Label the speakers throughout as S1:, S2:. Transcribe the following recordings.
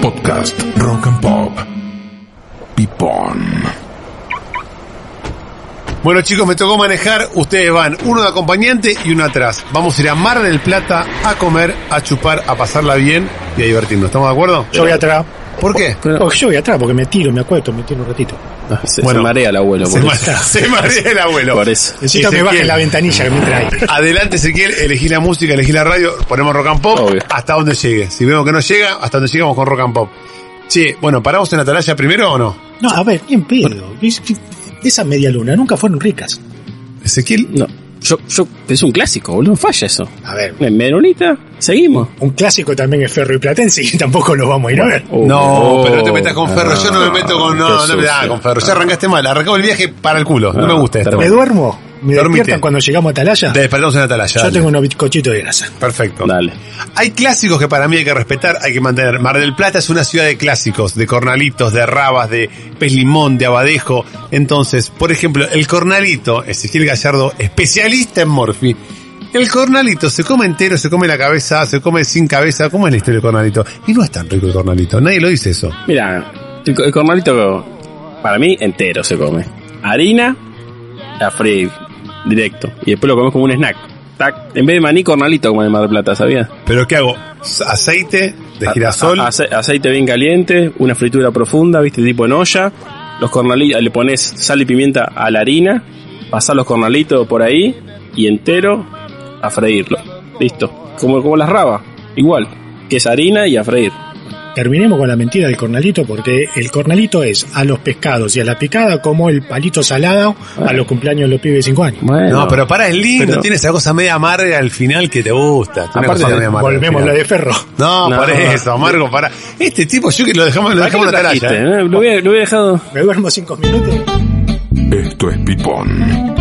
S1: Podcast Rock and Pop. Pipón.
S2: Bueno chicos, me tocó manejar, ustedes van uno de acompañante y uno atrás. Vamos a ir a Mar del Plata a comer, a chupar, a pasarla bien y a divertirnos. ¿Estamos de acuerdo?
S3: Yo voy atrás.
S2: ¿Por qué?
S3: Oh, yo voy atrás porque me tiro, me acuesto, me tiro un ratito.
S4: Se,
S2: Bueno.
S4: se marea el abuelo.
S2: Se,
S4: por
S2: ma-
S4: eso.
S2: se marea el abuelo.
S4: Por eso.
S3: Necesito que
S2: Ezequiel.
S3: bajen la ventanilla que me trae.
S2: Adelante Ezequiel, elegí la música, elegí la radio, ponemos rock and pop
S4: Obvio.
S2: hasta donde llegue. Si vemos que no llega, hasta donde llegamos con rock and pop. Che, bueno, ¿paramos en Atalaya primero o no?
S3: No, a ver, bien pedo. Es que Esas media luna nunca fueron ricas.
S2: Ezequiel,
S4: No. Yo, yo, es un clásico, boludo. Falla eso.
S3: A ver.
S4: En Menonita, seguimos.
S3: Un clásico también es Ferro y Platense y tampoco lo vamos a ir a ver.
S4: Oh,
S2: No,
S4: oh,
S2: pero no te metas con Ferro. Yo no me meto con.
S4: qué
S2: No, no me
S4: sucio. Ah,
S2: da con Ferro. Ya arrancaste mal. Arrancamos el viaje para el culo. No me gusta esto.
S3: ¿Me duermo? ¿Me
S2: Dormite.
S3: despiertan cuando llegamos a Atalaya?
S2: Te despertamos en Atalaya.
S3: Yo
S2: dale.
S3: tengo un bizcochito de grasa.
S2: Perfecto.
S4: Dale.
S2: Hay clásicos que para mí hay que respetar, hay que mantener. Mar del Plata es una ciudad de clásicos, de cornalitos, de rabas, de pez limón, de abadejo. Entonces, por ejemplo, el cornalito, Ezequiel Gallardo, especialista en Morphy. El cornalito se come entero, se come la cabeza, se come sin cabeza. ¿Cómo es la historia del cornalito? Y no es tan rico el cornalito, nadie lo dice eso.
S4: Mira, el, co- el cornalito para mí entero se come. Harina, la freí directo. Y después lo comes como un snack. Tac. En vez de maní, cornalito como de Mar del Plata, ¿sabías?
S2: Pero ¿qué hago? Aceite de girasol.
S4: A- a- ace- aceite bien caliente, una fritura profunda, viste, tipo en olla. Los cornalitos, le pones sal y pimienta a la harina, pasás los cornalitos por ahí y entero a freírlo. Listo. Como, como las rabas, igual. Que es harina y a freír.
S3: Terminemos con la mentira del cornalito porque el cornalito es a los pescados y a la picada como el palito salado a los cumpleaños de los pibes de 5 años.
S4: Bueno,
S2: No, pero para es lindo,
S4: Pero-
S2: tiene esa cosa media amarga al final que te gusta. Tiene una
S4: Aparte
S2: cosa
S4: de-
S2: media amarga al
S3: Volvemos a
S2: final.
S3: la de Ferro.
S2: No,
S4: No.
S2: por eso, amargo, para. Este tipo, yo que lo dejamos, lo
S4: ¿Para qué
S2: dejamos
S4: lo
S2: en la
S4: trajiste?
S2: atalaya. ¿eh?
S4: eh? Lo hubiera, lo hubiera dejado.
S3: Me duermo 5 minutos.
S1: Esto es Pipón.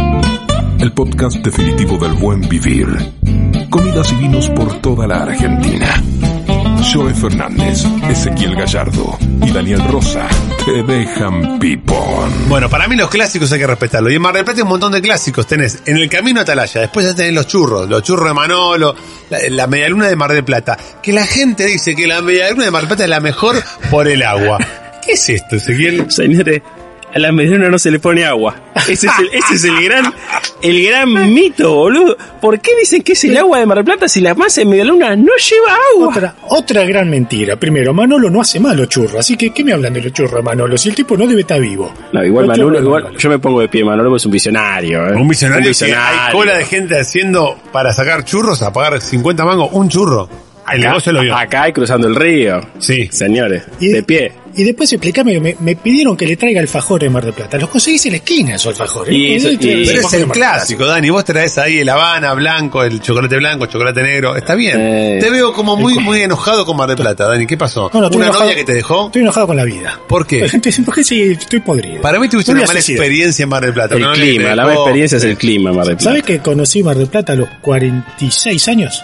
S1: El podcast definitivo del buen vivir. Comidas y vinos por toda la Argentina. Joe Fernández, Ezequiel Gallardo y Daniel Rosa te dejan pipón.
S2: ¿eh? Bueno, para mí los clásicos hay que respetarlo. Y en Mar del Plata hay un montón de clásicos. Tenés en el camino a Atalaya, después ya tenés los churros, los churros de Manolo, la, la medialuna de Mar del Plata. Que la gente dice que la medialuna de Mar del Plata es la mejor por el agua. ¿Qué es esto, Ezequiel?
S4: Señores, a la mediana no se le pone agua. Ese es el, ese es el gran, el gran mito, boludo. ¿Por qué dicen que es el agua de Mar del Plata si la masa de medialuna no lleva agua?
S3: Otra, otra gran mentira. Primero, Manolo no hace malo churro, así que ¿qué me hablan de los churros, Manolo? Si el tipo no debe estar vivo.
S4: No, igual
S3: Los churros
S4: Manolo,
S3: de
S4: igual, yo me pongo de pie, Manolo es un visionario. ¿eh?
S2: Un visionario, que hay
S4: visionario.
S2: cola de gente haciendo para sacar churros, a pagar 50 mangos, un churro. El negocio lo vio.
S4: Acá y cruzando el río.
S2: Sí.
S4: Señores,
S3: Y-
S4: de pie.
S3: Y después explícame que me, me pidieron que le traiga alfajores de Mar del Plata. Los conseguís en la esquina esos alfajores.
S4: Y eso-
S3: Eh,
S4: y-
S3: eh,
S2: Pero
S4: Sí,
S2: es
S3: alfajores de
S2: el
S3: Mar del Plata.
S2: clásico, Dani. Vos traes ahí el Habana blanco, el chocolate blanco, chocolate negro. Está bien.
S4: Eh.
S2: Te veo como muy, muy enojado con Mar del Plata, Dani. ¿Qué pasó?
S3: No, no, estoy
S2: ¿Una
S3: enojado-
S2: novia que te dejó?
S3: Estoy enojado con la vida.
S2: ¿Por qué?
S3: Porque sí, estoy podrido.
S2: Para mí tuviste
S3: Me
S2: una
S3: voy a
S2: mala
S3: suicidar.
S2: experiencia en Mar del Plata.
S4: El
S2: Una novia que te
S4: clima, la mala
S2: dejó.
S4: experiencia es el clima, Mar del Plata.
S3: ¿Sabes que conocí Mar del Plata a los 46 años?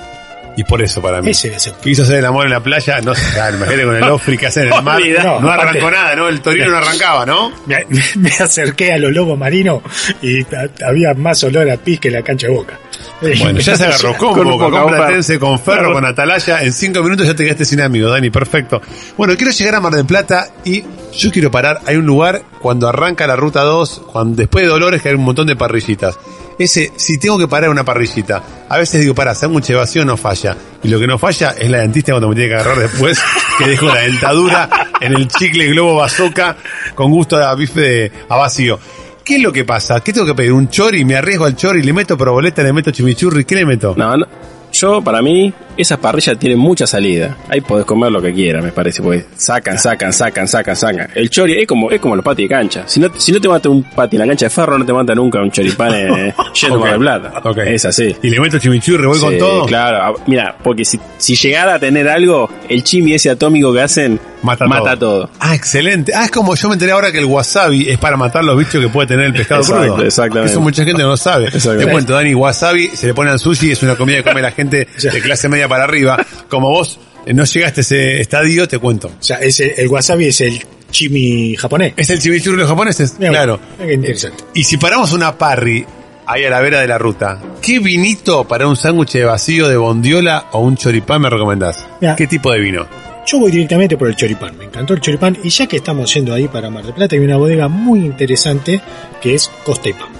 S2: Y por eso para mí.
S3: Ese debe ser.
S2: Quiso hacer el amor en la playa, no sé, ah, imagínate con el ofri que hacen en el mar.
S4: Olvidá.
S2: No,
S3: No,
S2: arrancó
S3: aparte-
S2: nada, ¿no? El torino no arrancaba, ¿no?
S3: Me, me acerqué a los lobos marinos y a- había más olor a pis que en la cancha de boca.
S2: Bueno, ya se agarró con
S4: Con un
S2: Boca, con
S4: Boca,
S2: Platense, con Ferro, con Atalaya. En cinco minutos ya te quedaste sin amigo, Dani, perfecto. Bueno, quiero llegar a Mar del Plata y yo quiero parar. Hay un lugar cuando arranca la ruta 2, cuando, después de Dolores, que hay un montón de parrillitas. Ese, si tengo que parar una parrillita, a veces digo, pará, sándwich vacío no falla. Y lo que no falla es la dentista cuando me tiene que agarrar después, que dejo la dentadura en el chicle globo bazooka con gusto a bife de- a vacío. ¿Qué es lo que pasa? ¿Qué tengo que pedir? ¿Un chori? ¿Me arriesgo al chori? ¿Le meto proboleta? ¿Le meto chimichurri? ¿Qué le meto?
S4: No, no. Yo, para mí, esas parrillas tienen mucha salida. Ahí podés comer lo que quieras, me parece. Porque sacan, sacan, sacan, sacan, sacan. El chori es como, es como los patis de cancha. Si no, si no te mata un pati en la cancha de ferro, no te mata nunca un choripán eh, yendo
S2: Ok.
S4: a Mar del Plata.
S2: Ok.
S4: Es así.
S2: ¿Y le meto chimichurri? ¿Voy con
S4: Sí,
S2: todo?
S4: Claro, Ah, mira, porque si, si llegara a tener algo, el chimi ese atómico que hacen
S2: Mata,
S4: todo.
S2: Ah, excelente. Ah, es como yo me enteré ahora que el wasabi es para matar los bichos que puede tener el pescado
S4: Exacto,
S2: crudo.
S4: exactamente.
S2: Eso mucha gente no lo sabe.
S4: Exactamente.
S2: Te cuento, Dani, wasabi se le pone al sushi, es una comida que come la gente de clase media para arriba. Como vos eh, no llegaste a ese estadio, te cuento.
S3: O sea, ese- el wasabi es el chimi japonés.
S2: ¿Es el chimichurri de los japoneses?
S3: Mira,
S2: claro. Eh,
S3: mira qué interesante.
S2: Y si paramos una parry ahí a la vera de la ruta, ¿qué vinito para un sándwich de vacío de bondiola o un choripán me recomendás?
S3: Mira.
S2: ¿Qué tipo de vino?
S3: Yo voy directamente por el choripán, me encantó el choripán y ya que estamos yendo ahí para Mar del Plata hay una bodega muy interesante que es Costa y Pampa.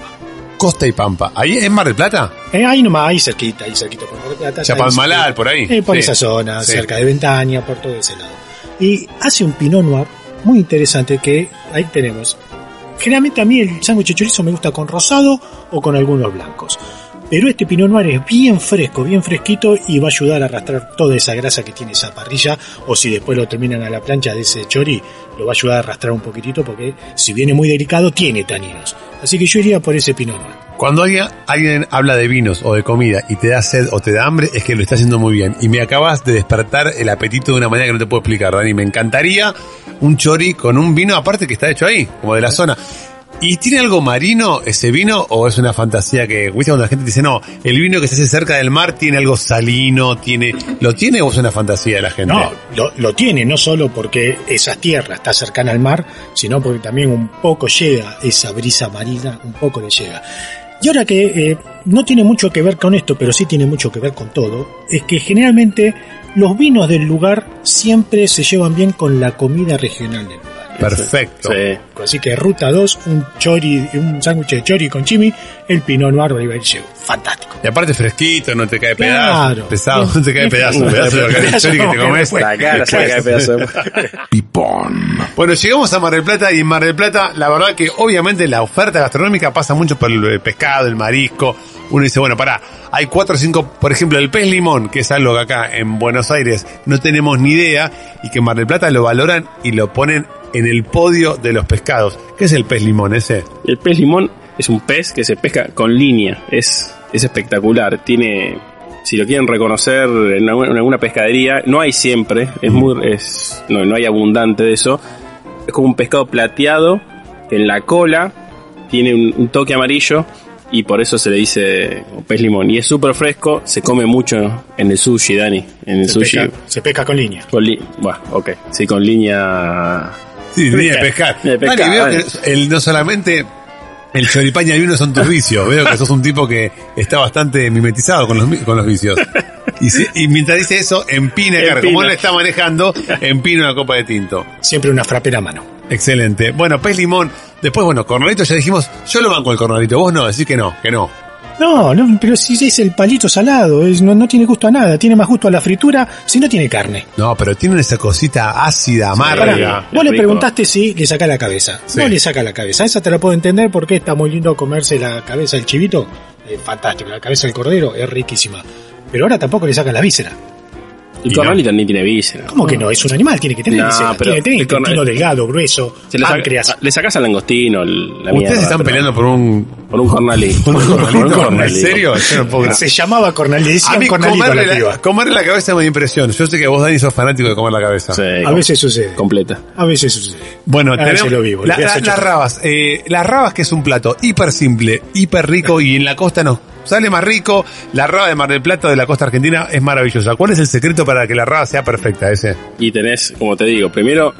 S2: Costa y Pampa. ¿Ahí en Mar del Plata?
S3: Eh, ahí nomás, ahí cerquita, ahí cerquita por Mar del Plata.
S2: Ya
S3: ahí
S2: Palmalar,
S3: cerquita.
S2: por ahí.
S3: Eh, por
S2: Sí.
S3: esa zona,
S2: Sí.
S3: cerca de Ventania, por todo ese lado. Y hace un Pinot Noir muy interesante que ahí tenemos. Generalmente a mí el sándwich de chorizo me gusta con rosado o con algunos blancos. Pero este Pinot Noir es bien fresco, bien fresquito y va a ayudar a arrastrar toda esa grasa que tiene esa parrilla. O si después lo terminan a la plancha de ese chori, lo va a ayudar a arrastrar un poquitito porque si viene muy delicado tiene taninos. Así que yo iría por ese Pinot Noir.
S2: Cuando alguien, alguien habla de vinos o de comida y te da sed o te da hambre, es que lo está haciendo muy bien. Y me acabas de despertar el apetito de una manera que no te puedo explicar, Dani. Me encantaría un chori con un vino aparte que está hecho ahí, como de la zona. ¿Y tiene algo marino ese vino o es una fantasía que, viste, cuando la gente dice, no, el vino que se hace cerca del mar tiene algo salino, tiene... ¿Lo tiene o es una fantasía de la gente?
S3: No, lo, lo tiene, no solo porque esas tierras está cercana al mar, sino porque también un poco llega esa brisa marina, un poco le llega. Y ahora que eh, no tiene mucho que ver con esto, pero sí tiene mucho que ver con todo, es que generalmente los vinos del lugar siempre se llevan bien con la comida regional del lugar.
S2: Perfecto.
S4: Sí.
S3: Así que ruta 2, un chori, un sándwich de chori con chimi, el pinot noir Oliveira, fantástico.
S2: Y aparte fresquito, no te cae pedazo.
S3: Claro.
S2: Pesado, no te cae pedazo. pedazo de organic chori que te comes.
S4: La cara se le cae pedazo. de-
S1: Pipón.
S2: Bueno, llegamos a Mar del Plata y en Mar del Plata, la verdad que obviamente la oferta gastronómica pasa mucho por el eh, pescado, el marisco. Uno dice, bueno, pará, hay cuatro o cinco, por ejemplo, el pez limón, que es algo que acá en Buenos Aires no tenemos ni idea y que en Mar del Plata lo valoran y lo ponen en el podio de los pescados. ¿Qué es el pez limón ese?
S4: El pez limón es un pez que se pesca con línea. Es, es espectacular. Tiene. Si lo quieren reconocer en alguna, en alguna pescadería, no hay siempre, es muy, es, no, no hay abundante de eso. Es como un pescado plateado, en la cola tiene un, un toque amarillo y por eso se le dice pez limón. Y es súper fresco, se come mucho en el sushi, Dani. En el
S3: Se
S4: sushi.
S3: pesca, se pesca con línea.
S4: Con li- Buah, ok. Sí, con línea.
S2: Sí, ni de pescar.
S4: Ni de pescar,
S2: Dani, veo
S4: vale.
S2: que el- no solamente el choripán y el vino son tus vicios. Veo que sos un tipo que está bastante mimetizado con los, mi- con los vicios. Y, si- y mientras dice eso, empina, el carro. Como
S4: Empina.
S2: él está manejando, empina una copa de tinto.
S3: Siempre una frapera a mano.
S2: Excelente. Bueno, pez limón. Después, bueno, cornalito ya dijimos, yo lo banco el cornalito. Vos no, decís que no, que no.
S3: No, no, pero si es el palito salado, es- no, no tiene gusto a nada, tiene más gusto a la fritura si no tiene carne.
S2: No, pero tienen esa cosita ácida, amarga.
S4: Pará.
S3: vos
S4: es
S3: le
S4: rico.
S3: preguntaste si le saca la cabeza.
S2: Sí.
S3: No le saca la cabeza, esa te la puedo entender porque está muy lindo comerse la cabeza del chivito, eh, fantástico, la cabeza del cordero es riquísima. Pero ahora tampoco le sacan la víscera.
S4: El
S2: Y
S4: cornalito ni tiene víscera.
S3: ¿Cómo que no? Es un animal, tiene que tener
S4: No,
S3: vísceras,
S4: pero
S3: tiene que tener
S4: el corne-
S3: intestino delgado, grueso,
S4: Se le,
S3: páncreas.
S2: Ah,
S4: saca- ah, le sacas al langostino, el- la
S2: Ustedes
S4: mierda,
S2: están
S4: pero-
S2: peleando por un...
S4: Por un cornalito.
S2: por un
S4: Por un
S2: cornalito. ¿En
S4: cornalito.
S2: serio? Yo no puedo creer.
S3: Se llamaba cornal, le
S2: A
S3: decían
S2: mí
S3: cornalito a la
S2: comerle la,
S3: piba.
S2: comerle la cabeza me da impresión. Yo sé que vos, Dani, sos fanático de comer la cabeza.
S4: Sí,
S3: A veces sucede.
S4: Completa.
S3: A veces sucede.
S2: Eh, Bueno,
S3: Ah,
S2: tenemos
S3: ese lo vi, boludo.
S2: la-
S3: Ya
S2: la-
S3: se
S2: las
S3: chupó.
S2: rabas. eh, las rabas que es un plato hiper simple, hiper rico y en la costa no. Sale más rico. La raba de Mar del Plata de la costa argentina es maravillosa. ¿Cuál es el secreto para que la raba sea perfecta ese?
S4: Y tenés, como te digo, primero,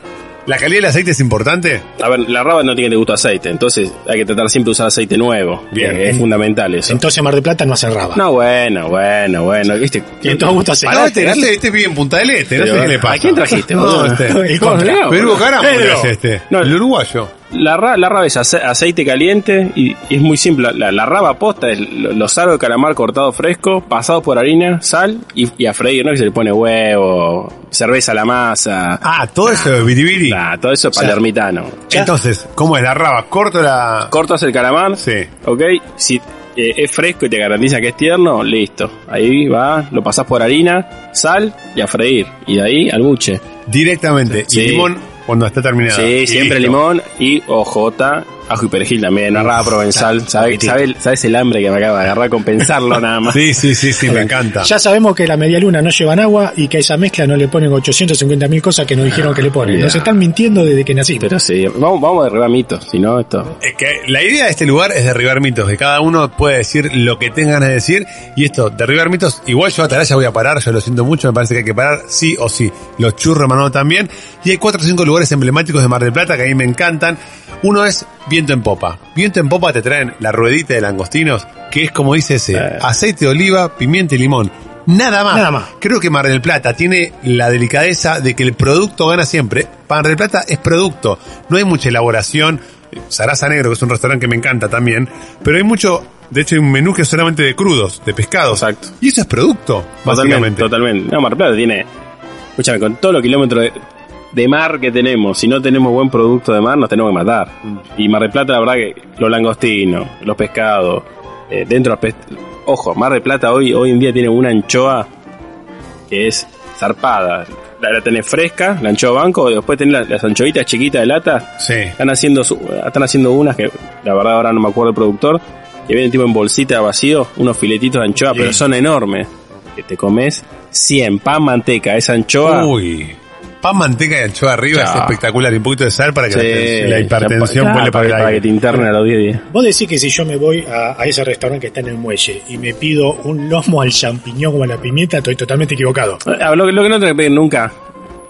S2: ¿La calidad del aceite es importante?
S4: a ver, la raba no tiene que gusto aceite, entonces hay que tratar siempre de usar aceite nuevo.
S2: Bien.
S4: Eh, es fundamental eso.
S3: Entonces Mar del Plata no hace raba.
S4: no, bueno, bueno, bueno, viste.
S3: Y todo gusto hace
S2: Pará, este, este, este vive en Punta del Este, no
S4: Pero,
S2: sé qué le pasa.
S4: ¿a quién trajiste,
S2: No,
S4: boludo?
S2: este.
S3: El contra.
S4: No,
S2: Perú
S4: boludo.
S2: Caramba,
S4: Pedro.
S2: es este.
S4: No,
S2: el uruguayo.
S4: La, ra- la raba es ace- aceite caliente y, y es muy simple. La, la raba posta es lo- los aros de calamar cortado fresco, pasado por harina, sal y, y a freír, ¿no? Que se le pone huevo, cerveza a la masa.
S2: Ah, todo eso es biribiri.
S4: Nah, todo eso es
S3: sea,
S4: palermitano.
S2: Entonces, ¿cómo es la raba? Corto la...
S4: Cortas el calamar,
S2: Sí.
S4: ok. Si eh, es fresco y te garantiza que es tierno, listo. Ahí va, lo pasás por harina, sal y a freír. Y de ahí al buche.
S2: Directamente.
S4: Sí.
S2: Y limón cuando está terminado.
S4: Sí,
S2: Y
S4: siempre
S2: listo.
S4: limón y ojota, ajo y perejil también, una raba provenzal. ¿Sabes, sabes, el hambre que me acaba de agarrar con pensarlo nada más?
S2: Sí, sí, sí, sí, me encanta.
S3: Ya sabemos que la media luna no llevan agua y que a esa mezcla no le ponen 850 mil cosas que nos dijeron que le ponen.
S4: mira.
S3: Nos están mintiendo desde que nacimos.
S4: Pero sí, vamos, vamos a derribar mitos, si no esto...
S2: Es que la idea de este lugar es derribar mitos, que cada uno puede decir lo que tenga ganas de decir. Y esto, derribar mitos, igual yo a Atalaya voy a parar, yo lo siento mucho, me parece que hay que parar sí o sí. Los churros Manolo también. Y hay cuatro o cinco lugares emblemáticos de Mar del Plata que a mí me encantan. Uno es Viento en Popa. Viento en
S4: Eh.
S2: Popa te traen la ruedita de langostinos, que es como dice ese, aceite de oliva, pimienta y limón. Nada más.
S3: Nada más.
S2: Creo que Mar del Plata tiene la delicadeza de que el producto gana siempre. Mar del Plata es producto. No hay mucha elaboración. Sarasa Negro, que es un restaurante que me encanta también. Pero hay mucho. De hecho, hay un menú que es solamente de crudos, de pescados.
S4: Exacto.
S2: Y eso es producto,
S4: Totalmente,
S2: básicamente.
S4: totalmente. No, Mar del Plata tiene. Escúchame, con todos los kilómetros de, de mar que tenemos, si no tenemos buen producto de mar, nos tenemos que matar. Y Mar del Plata, la verdad que los langostinos, los pescados, eh, dentro de los pes- Ojo, Mar del Plata hoy, hoy en día tiene una anchoa que es zarpada. La, la tenés fresca, la anchoa banco, y después tenés la- las anchoitas chiquitas de lata.
S2: Sí.
S4: Están haciendo, su- están haciendo unas que, la verdad, ahora no me acuerdo el productor, que vienen tipo en bolsita vacío, unos filetitos de anchoa,
S2: Sí.
S4: pero son enormes. Que te comes 100, pan, manteca, esa anchoa.
S2: Uy. Pan, manteca y anchoa arriba
S4: Ya.
S2: es espectacular. Y un poquito de sal para que
S4: sí,
S2: la tensión- la hipertensión
S4: ya,
S2: vuele
S4: para,
S2: para el
S4: para que
S2: aire.
S4: te internen a los 10 días.
S3: Vos decís que si yo me voy a, a ese restaurante que está en el muelle y me pido un lomo al champiñón o a la pimienta, estoy totalmente equivocado.
S4: Ah, Lo, que- lo que no te que pedir nunca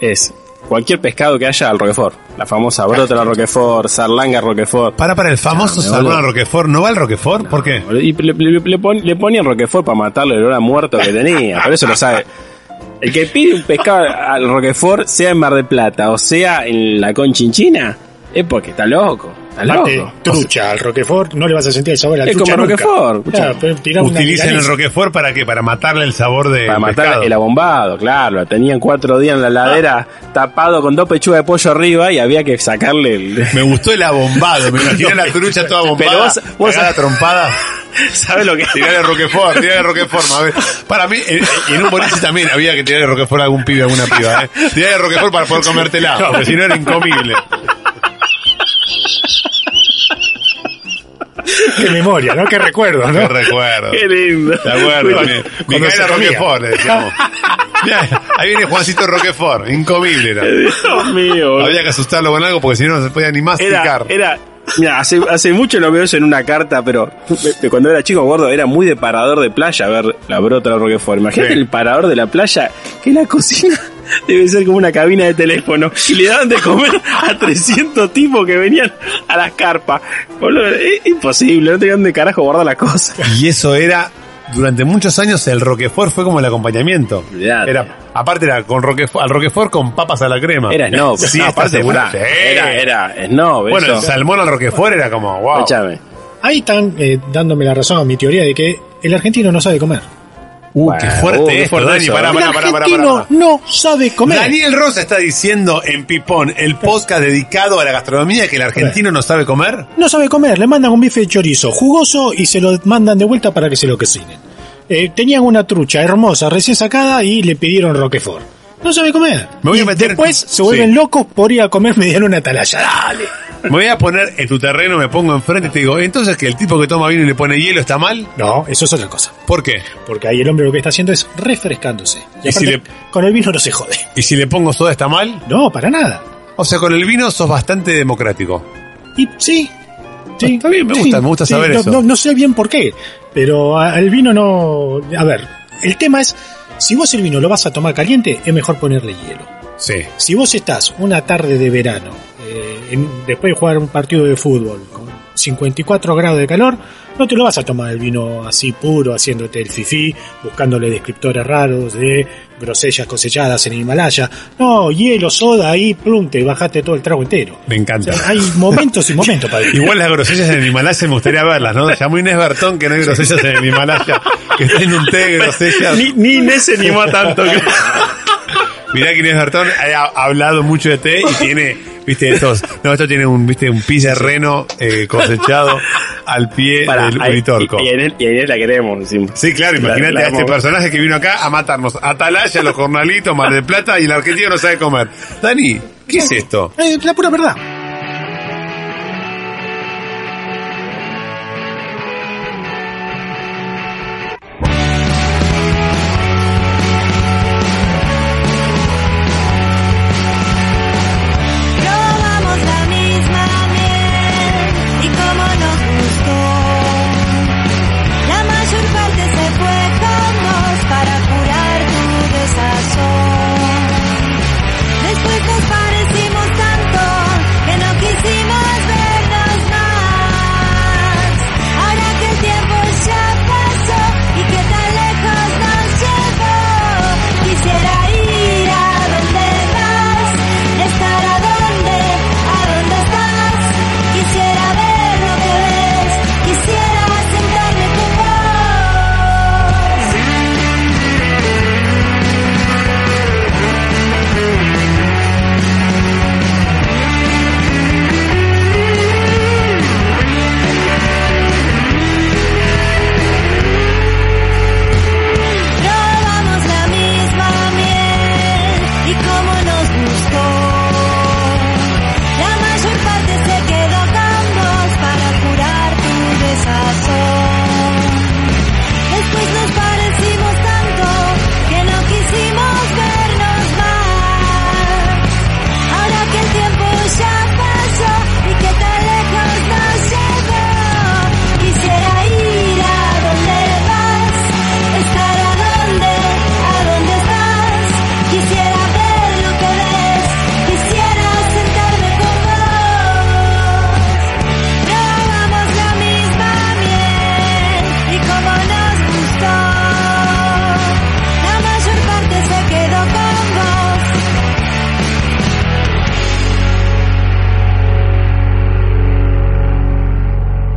S4: es cualquier pescado que haya al Roquefort. La famosa brota al Roquefort, sarlanga al Roquefort.
S2: Para, para el famoso
S4: Ya, me
S2: salmón
S4: vuelvo.
S2: al Roquefort. ¿No va al Roquefort? ¿Por qué?
S4: Y le, le, le pon- le ponían Roquefort para matarle el olor a muerto que tenía, pero eso lo sabe. El que pide un pescado al Roquefort, sea en Mar del Plata o sea en la Conchinchina, es porque está loco. Está
S3: Aparte,
S4: loco.
S3: trucha, al Roquefort no le vas a sentir el sabor a la
S4: Es
S3: trucha
S4: como
S3: nunca.
S4: Roquefort,
S3: Claro,
S4: escuchá.
S3: pero tirá una
S2: Utilizan el
S3: milanesa.
S2: Roquefort para qué? Para matarle el sabor de
S4: Para matar el abombado, claro. La tenían cuatro días en la ladera tapado con dos pechugas de pollo arriba y había que sacarle el.
S2: Me gustó el abombado, me imaginé la trucha toda bombada.
S4: Pero vos- vos-
S2: cagada trompada.
S4: ¿Sabes lo que
S2: Tirale el Roquefort, tirale el Roquefort, a ver. Para mí, en, en un boliche también había que tirar el Roquefort a algún pibe, a alguna piba, eh. Tirale el Roquefort para poder comértela, porque si no era incomible.
S3: Qué memoria, ¿no? Qué recuerdo,
S2: Te
S3: ¿no?
S2: recuerdo.
S4: Qué lindo.
S2: Te acuerdo.
S3: Cuando-
S2: mi-
S3: cuando
S2: Micaela
S3: se comía.
S2: Roquefort, le decíamos. Mirá, ahí viene Juancito Roquefort, incomible era.
S4: Dios mío.
S2: Había que asustarlo con algo porque si no no se podía ni masticar.
S4: Era, era, mira, hace, hace mucho no veo eso en una carta, pero de- de cuando era chico gordo era muy de parador de playa ver la brota de Roquefort. Imagínate
S2: Sí.
S4: el parador de la playa, que la cocina debe ser como una cabina de teléfono. Y le daban de comer a 300 tipos que venían a las carpas. Boludo, es imposible, no tenían de carajo guardar las cosas.
S2: Y eso era, durante muchos años, el Roquefort fue como el acompañamiento.
S4: Olvidate.
S2: Era, aparte era con Roquefort, al Roquefort con papas a la crema.
S4: Era snob,
S2: Sí,
S4: no,
S2: ¿estás
S4: aparte,
S2: seguro?
S4: pará,
S2: Sí.
S4: era, era snob.
S2: Bueno, el
S4: eso.
S2: salmón al Roquefort era como, wow.
S4: Escuchame.
S3: Ahí están eh, dándome la razón a mi teoría de que el argentino no sabe comer.
S2: Uh, qué
S4: Bueno,
S2: fuerte
S4: uh, qué
S2: esto,
S4: fuerte
S2: Dani,
S4: eso.
S2: pará,
S3: El
S2: pará, pará, pará,
S3: argentino
S2: pará.
S3: no sabe comer.
S2: Daniel Rosa está diciendo en Pipón, el podcast dedicado a la gastronomía, que el argentino no sabe comer.
S3: No sabe comer, le mandan un bife de chorizo jugoso y se lo mandan de vuelta para que se lo cocinen. Eh, tenían una trucha hermosa recién sacada y le pidieron Roquefort. No sabe comer.
S2: Me voy a
S3: Y
S2: meter-
S3: Después se
S2: Sí.
S3: vuelven locos por ir a comer mediano una atalaya. Ah, Dale.
S2: Me voy a poner en tu terreno, me pongo enfrente y te digo, entonces que el tipo que toma vino y le pone hielo está mal,
S3: No, eso es otra cosa.
S2: ¿por qué?
S3: Porque ahí el hombre lo que está haciendo es refrescándose. Y
S2: Y si
S3: aparte, con el vino no se jode.
S2: ¿Y si le pongo soda está mal?
S3: No, para nada.
S2: O sea, con el vino sos bastante democrático.
S3: Y sí. sí,
S2: Está bien, me
S3: sí,
S2: gusta, me gusta saber
S3: no,
S2: eso.
S3: No, no sé bien por qué, pero a- al vino no... A ver, el tema es, si vos el vino lo vas a tomar caliente, es mejor ponerle hielo.
S2: Sí.
S3: Si vos estás una tarde de verano, eh, en- después de jugar un partido de fútbol con 54 grados de calor, no te lo vas a tomar el vino así puro, haciéndote el fifí, buscándole descriptores raros de grosellas cosechadas en Himalaya. No, hielo, soda, ahí, plum, te bajaste todo el trago entero.
S2: Me encanta.
S3: O sea, hay momentos y momentos para ir.
S2: Igual las grosellas en el Himalaya me gustaría verlas, ¿no? Llamó Inés Bertón que no hay grosellas en el Himalaya, que está en un té de grosellas.
S4: Ni, ni Inés se animó a tanto. que-
S2: Mirá que Inés Bertón ha ha hablado mucho de té y tiene, viste, estos. No, esto tiene un, viste, un pis de reno eh, cosechado al pie
S4: Pará,
S2: del
S4: ahí-
S2: Uritorco.
S4: Y, y a Inés- y a Inés la queremos, decimos.
S2: Sí, claro,
S4: La-
S2: imagínate
S4: la
S2: a este
S4: vamos-
S2: personaje que vino acá a matarnos. Atalaya, los jornalitos, Mar del Plata y el argentino no sabe comer. Dani, ¿qué es esto?
S3: Eh, la pura verdad.
S5: Probamos la misma miel y como nos gustó. La mayor parte se fue con vos para curar tu desazón. Después nos parecimos tanto que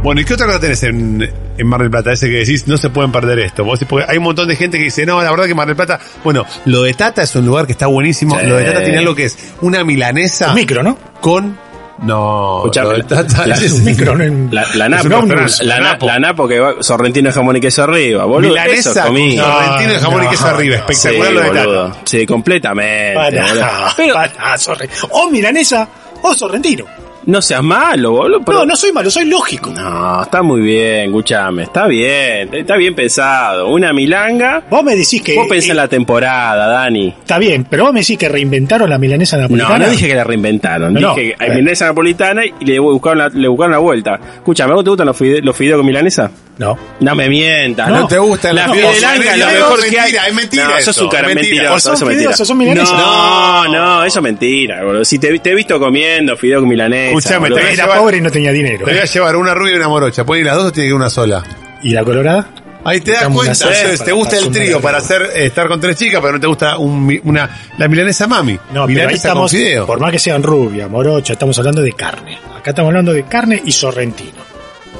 S2: Bueno, ¿y qué otra cosa tenés en, en Mar del Plata? Ese que decís, no se pueden perder esto. Vos, decís, porque hay un montón de gente que dice, no, la verdad que Mar del Plata. Bueno, lo de Tata es un lugar que está buenísimo.
S4: Sí.
S2: Lo de Tata tiene algo que es una milanesa
S4: Ah.
S3: Un micro, ¿no?
S2: con. No,
S4: Escuchá,
S2: lo de
S4: la-
S2: Tata
S4: la-
S2: es-
S3: Es un micro, ¿no? En-
S4: La, la
S2: Es
S4: Napo,
S2: un
S4: la,
S2: restaurante.
S4: la-
S2: La Napo.
S4: la Napo que va sorrentino de jamón y queso arriba, boludo. eso
S2: milanesa con
S4: comí.
S2: sorrentino de jamón y
S3: No,
S2: queso arriba. Espectacular
S4: sí,
S2: lo de Tata.
S4: boludo. Sí, completamente. boludo.
S3: Para,
S4: Pero
S3: para, Oh, sorre- o milanesa o oh, sorrentino.
S4: no seas malo, boludo. pero-
S3: no, no soy malo, soy lógico.
S4: No, está muy bien, escuchame. Está bien, está bien pensado. Una milanga.
S3: Vos me decís que.
S4: Vos pensás
S3: eh,
S4: en la temporada, Dani.
S3: Está bien, pero vos me decís que reinventaron la milanesa
S4: No,
S3: napolitana.
S4: no dije que la reinventaron.
S3: No, no.
S4: dije que hay milanesa napolitana y le buscaron la, le buscaron la vuelta. Escuchame, ¿a ¿vos te gustan los fide- los fideos con milanesa?
S3: No.
S4: No me mientas,
S3: No
S4: no,
S3: te
S2: gustan
S4: la
S2: los
S4: piel
S2: fideos.
S4: de langa, lo
S2: Es
S4: mejor que
S2: mentira,
S4: hay.
S2: es mentira
S4: No,
S2: eso,
S4: sos un cara
S2: es mentira.
S4: mentiroso,
S3: O son
S4: eso es
S3: fideos,
S4: mentira.
S3: o son milanesas.
S4: No, no, eso es mentira, boludo. Si te, te he visto comiendo fideo con milanesa.
S2: Escuchame,
S4: boludo.
S2: te voy a
S3: Era
S2: llevar-
S3: pobre y no tenía dinero.
S2: Te voy a llevar una rubia y una morocha. ¿Puede ir las dos o tiene que ir una sola?
S3: ¿Y la colorada?
S2: Ahí te das
S3: Estamos
S2: cuenta,
S3: una sola
S2: entonces,
S3: para-
S2: te gusta
S3: para
S2: el
S3: sumar
S2: trío
S3: el
S2: para
S3: grupo.
S2: hacer eh, estar con tres chicas, pero no te gusta un mi- una la milanesa mami.
S3: No, pero ahí
S2: milanesa
S3: estamos,
S2: con fideo.
S3: por más que sean rubia, morocha, estamos hablando de carne. Acá estamos hablando de carne y sorrentino.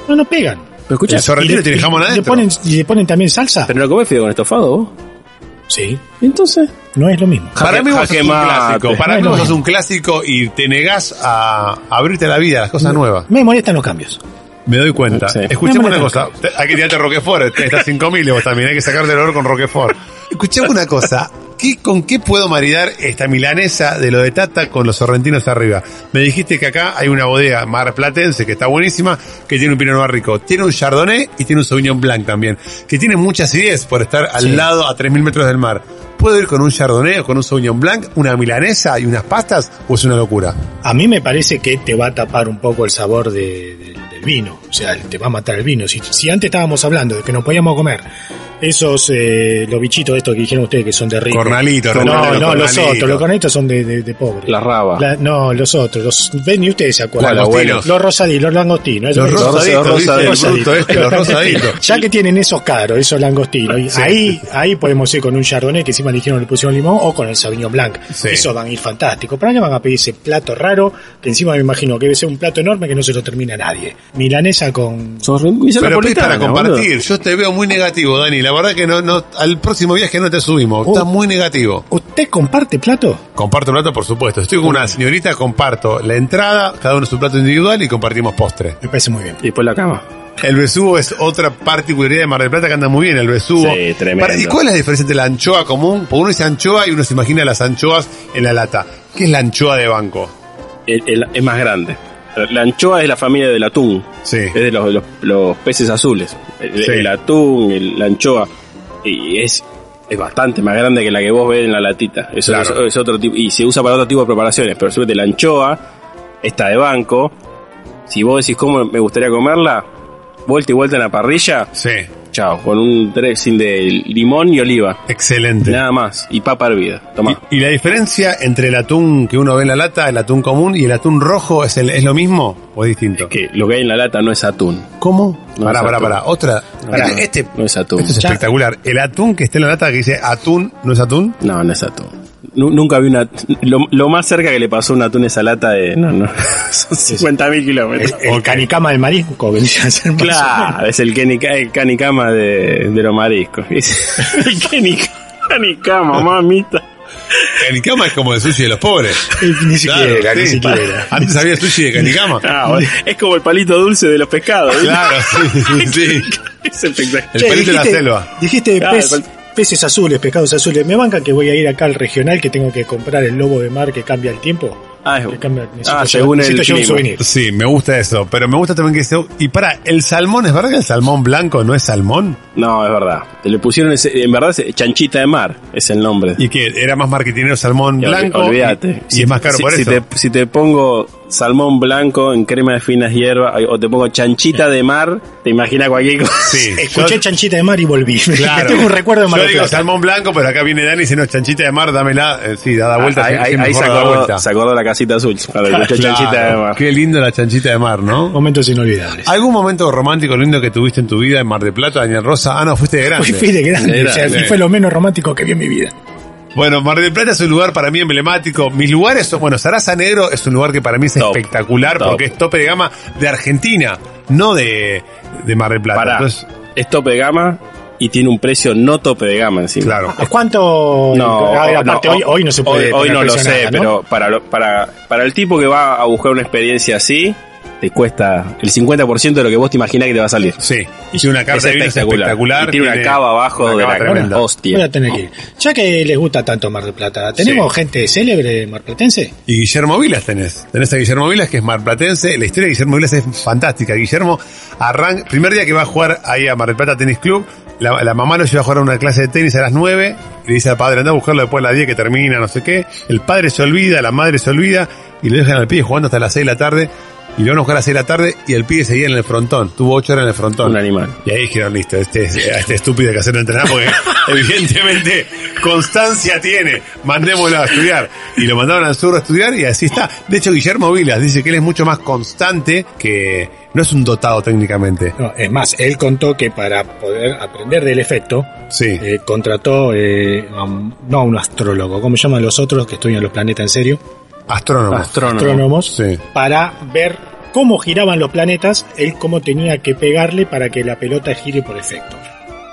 S3: No, no pegan.
S4: Pero escucha,
S2: El sorrentino
S3: Y le-
S2: tiene
S3: y-
S2: jamón
S3: y le,
S2: adentro.
S3: ponen, ¿Y le ponen también salsa?
S4: pero no comés fideo con estofado vos.
S3: sí,
S4: ¿Y entonces?
S3: no es lo mismo.
S2: Para mí vos sos un
S4: Jaquemate.
S2: clásico. Para mí
S3: Bueno,
S2: vos sos
S3: bueno.
S2: un clásico y te negás a abrirte a la vida, a las cosas nuevas.
S3: Me molestan los cambios.
S2: Me doy cuenta.
S4: Sí.
S2: Escuchemos
S3: Me
S2: una
S3: molesta.
S2: cosa. Te- Hay que tirarte Roquefort. este, te- Estás 5000 vos también. Hay que sacarte el olor con Roquefort. Escuchemos una cosa. ¿Qué, ¿Con qué puedo maridar esta milanesa de lo de Tata con los sorrentinos arriba? Me dijiste que acá hay una bodega marplatense que está buenísima, que tiene un pinot noir rico. Tiene un chardonnay y tiene un sauvignon blanc también. Que tiene muchas ideas por estar al lado a 3000 metros del mar. ¿Puedo ir con un chardonnay o con un sauvignon blanc, una milanesa y unas pastas? ¿O es una locura?
S3: A mí me parece que te va a tapar un poco el sabor de- del- del vino. O sea, te va a matar el vino. Si, si antes estábamos hablando de que nos podíamos comer esos, eh, los bichitos estos que dijeron ustedes que son de rico.
S2: Cornalito,
S3: No,
S2: realmente
S3: no,
S2: los
S3: los
S2: cornalitos.
S3: otros. Los cornalitos son de, de, de pobre.
S4: La raba.
S3: La- no, los otros. Los, ven y ustedes se acuerdan.
S2: ¿Cuál, abuelo?
S3: los rosaditos, los langostinos.
S2: Los
S3: esos-
S2: rosaditos,
S4: los
S2: dice el
S4: rosaditos.
S2: bruto este, los rosaditos.
S3: ya que tienen esos caros, esos langostinos, y
S2: Sí.
S3: ahí, ahí podemos ir con un chardonnay que encima le dijeron le pusieron limón o con el sauvignon blanc.
S2: Sí.
S3: Eso van a ir fantástico. Pero ahora van a pedir ese plato raro, que encima me imagino que debe ser un plato enorme que no se lo termina nadie. Milanesa con...
S4: Sos re- y sos
S2: Pero pedís para
S4: napolitana, boludo.
S2: compartir. Yo te veo muy negativo, Dani. La verdad que no, no, al próximo viaje no te subimos.
S4: Oh.
S3: Uh.
S2: Estás muy negativo.
S3: ¿Usted comparte plato?
S2: Comparto plato, por supuesto. Estoy con una señorita, comparto la entrada, cada uno su plato individual y compartimos postre.
S3: Me parece muy bien.
S4: Y después la cama.
S2: El besugo es otra particularidad de Mar del Plata que anda muy bien, el besugo.
S4: Sí, tremendo.
S2: Para- ¿Y cuál es la diferencia entre la anchoa común? Porque uno dice anchoa y uno se imagina las anchoas en la lata. ¿Qué es la anchoa de banco?
S4: El- el- es más grande. La anchoa es la familia del atún.
S2: Sí.
S4: Es de los, los, los peces azules. El,
S2: Sí.
S4: el atún, el- la anchoa. Y es, es bastante más grande que la que vos ves en la latita. Eso es-
S2: Claro.
S4: es, otro tipo. Y se usa para otro tipo de preparaciones. Pero suerte, la anchoa, esta de banco. Si vos decís cómo me gustaría comerla, vuelta y vuelta en la parrilla.
S2: Sí.
S4: Chao. Con un dressing de limón y oliva.
S2: Excelente.
S4: Nada más. Y papa hervida. Tomá.
S2: Y, y la diferencia entre el atún que uno ve en la lata, el atún común y el atún rojo, ¿es, el, es lo mismo o es distinto?
S4: Que lo que hay en la lata no es atún.
S2: ¿Cómo?
S4: No
S2: pará,
S4: es
S2: pará,
S4: atún.
S2: pará. Otra. Pará,
S4: no,
S2: este,
S4: no es atún.
S2: esto es espectacular. El atún que está en la lata que dice atún, ¿no es atún?
S4: No, no es atún. Nu- nunca vi una. Lo, lo más cerca que le pasó un atún esa lata de. No, no. Son 50.000 kilómetros.
S3: El canicama del marisco vendría a ser más o
S4: Claro, es el, Kenny, el canicama de, de los mariscos. Es- el Kenny- canicama, mamita.
S2: Canicama es como el sushi de los pobres.
S3: menos. Ni siquiera,
S2: Claro,
S3: ni
S2: sí.
S3: siquiera.
S2: Antes había sushi de canicama.
S4: Ah, bueno, es como el palito dulce de los pescados. ¿viste?
S2: Claro, sí, sí.
S4: Es espectacular.
S2: El
S3: Che,
S2: pelito de la
S3: dijiste-
S2: selva.
S3: Dijiste
S4: Claro,
S3: pez-
S4: el
S3: peces azules, pescados azules. Me banca que voy a ir acá al regional que tengo que comprar el lobo de mar que cambia el tiempo.
S4: Ah, es-
S3: Que cambia- necesito
S4: ah,
S3: llevar-
S4: según el
S3: necesito llevar un
S4: clima.
S3: souvenir.
S2: Sí, me gusta eso. Pero me gusta también que se. Y para, el salmón, ¿es verdad que el salmón blanco no es salmón?
S4: No, es verdad. Le pusieron, ese- en verdad, ese- chanchita de mar es el nombre.
S2: ¿Y que ¿Era más marketinero salmón
S4: Ya,
S2: blanco?
S4: Olvídate.
S2: Y, y es más caro
S4: si,
S2: por
S4: si
S2: eso.
S4: Te, si te pongo salmón blanco en crema de finas hierbas ay, o te pongo chanchita de mar, te imaginas cualquier cosa.
S2: Sí.
S3: Escuché
S2: Yo-
S3: chanchita de mar y volví.
S2: Claro.
S3: Tengo Este un recuerdo de Mar
S2: Yo
S3: del
S2: digo
S3: Plata.
S2: salmón blanco, pero acá viene Dani y dice, no, chanchita de mar, dámela. Eh, sí, da la vuelta.
S4: Ah, ahí,
S2: sí,
S4: ahí-
S2: sí,
S4: ahí se,
S2: mejor da la
S4: acordó,
S2: vuelta.
S4: se acordó la casita azul. para la
S2: Claro,
S4: chanchita de mar.
S2: Qué lindo la chanchita de mar, ¿no?
S3: Momentos inolvidables.
S2: ¿Algún momento romántico lindo que tuviste en tu vida en Mar de Plata, Daniel Rosa? Ah, no, fuiste de grande.
S3: Fui- Fui de grande,
S2: De
S3: o sea,
S2: grande.
S3: fue lo menos romántico que vi en mi vida.
S2: Bueno, Mar del Plata es un lugar para mí emblemático. Mis lugares son, bueno, Sarasa Negro es un lugar que para mí es
S4: Top.
S2: espectacular
S4: Top.
S2: porque es tope de gama de Argentina. no de, de Mar del Plata.
S4: Pará,
S2: Entonces,
S4: es tope de gama y tiene un precio no tope de gama encima.
S2: claro.
S3: ¿Cuánto?
S4: No,
S3: Ah,
S4: no,
S3: aparte, hoy, hoy no se puede.
S4: Hoy, hoy
S3: poner
S4: no lo
S3: precio a
S4: sé,
S3: nada, ¿no?
S4: pero para, lo- para, para el tipo que va a buscar una experiencia así, te cuesta el 50% de lo que vos te imaginás que te va a salir.
S2: Sí. Y tiene una carta de vinos espectacular.
S4: Y tiene una cava abajo
S2: una
S4: de
S2: cava
S4: la
S2: tremenda.
S4: hostia.
S3: Voy a tener que ir. Ya que les gusta tanto Mar del Plata, ¿tenemos gente célebre marplatense?
S2: Y Guillermo Vilas tenés. Tenés a Guillermo Vilas, que es marplatense. La historia de Guillermo Vilas es fantástica. Guillermo arranca. Primer día que va a jugar ahí a Mar del Plata Tenis Club, la, la mamá lo lleva a jugar a una clase de tenis a las 9. Y le dice al padre, anda a buscarlo después a las 10 que termina, no sé qué. El padre se olvida, la madre se olvida. Y lo dejan al pibe jugando hasta las 6 de la tarde. Y lo van a buscar a las 6 de la tarde. Y el pibe seguía en el frontón. Tuvo 8 horas en el frontón.
S4: Un animal.
S2: Y ahí dijeron, listo, este, es- a este estúpido hay que hacerlo entrenar porque evidentemente constancia tiene. Mandémoslo a estudiar. Y lo mandaron al sur a estudiar y así está. De hecho, Guillermo Vilas dice que él es mucho más constante que... No es un dotado técnicamente.
S3: No, es más, él contó que para poder aprender del efecto,
S2: Sí.
S3: eh, contrató, eh, a un- no a un astrólogo, ¿cómo llaman los otros que estudian los planetas en serio?
S2: Astrónomo.
S3: ah.
S4: Astrónomo.
S3: Astrónomos,
S2: Sí.
S3: para ver cómo giraban los planetas, él cómo tenía que pegarle para que la pelota gire por efecto.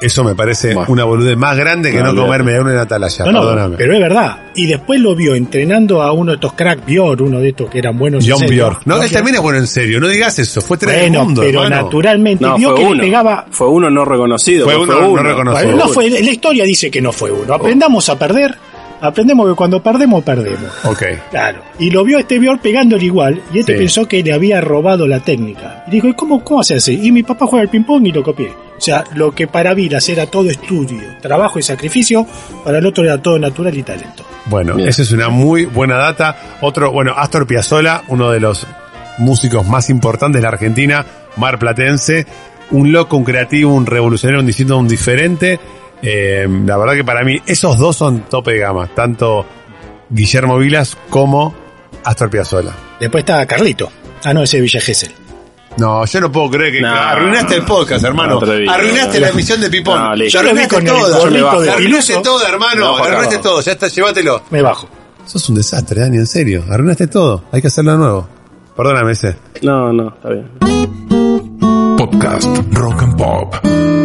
S2: Eso me parece
S4: Bueno.
S2: una boludez más grande que
S4: No,
S2: no,
S4: olvídate.
S2: comerme de una en atalaya.
S3: no, no,
S2: Perdóname.
S3: pero es verdad. Y después lo vio entrenando a uno de estos crack Bjork, uno de estos que eran buenos. en
S2: John
S3: serio.
S2: Bjork. No, él
S3: Bjork.
S2: también es bueno en serio. No digas eso. Fue tres del
S3: Bueno,
S2: mundo,
S3: pero
S2: hermano.
S3: naturalmente
S4: No,
S3: vio
S4: fue
S3: que le
S4: uno.
S3: pegaba
S4: Fue uno no reconocido.
S2: Fue
S4: pero
S2: uno no reconocido.
S3: Bueno,
S2: Seguro.
S3: no fue, la historia dice que no fue uno. Aprendamos a perder. Aprendemos que cuando perdemos, perdemos.
S2: Ok.
S3: Claro. Y lo vio este Bjork pegándole igual. Y este
S2: Sí.
S3: pensó que le había robado la técnica. Y dijo, ¿y cómo, cómo se hace? Y mi papá juega al ping-pong y lo copié. O sea, lo que para Vilas era todo estudio, trabajo y sacrificio, para el otro era todo natural y talento.
S2: Bueno,
S4: Bien.
S2: esa es una muy buena data. Otro, bueno, Astor Piazzolla, uno de los músicos más importantes de la Argentina, marplatense, un loco, un creativo, un revolucionario, un distinto, un diferente. Eh, la verdad que para mí esos dos son tope de gama, tanto Guillermo Vilas como Astor Piazzolla.
S3: Después está Carlito. Ah, no, ese es Villa Gesell.
S2: No, yo no puedo creer que
S4: No.
S2: arruinaste el podcast, hermano.
S4: No te vi.
S2: arruinaste
S4: No.
S2: la emisión de Pipón.
S4: No, listo.
S2: yo arruinaste
S3: Yo lo vi con el
S2: todo.
S3: gorrito de
S2: Arruinaste
S3: Piluso.
S2: todo,
S4: No,
S2: hermano.
S4: para
S2: Arruinaste
S4: abajo.
S2: todo. Ya está, llévatelo.
S3: Me bajo.
S2: Sos un desastre, Dani, en serio. Arruinaste todo. Hay que hacerlo de nuevo. Perdóname ese.
S4: No, no, está bien.
S1: Podcast Rock and Pop.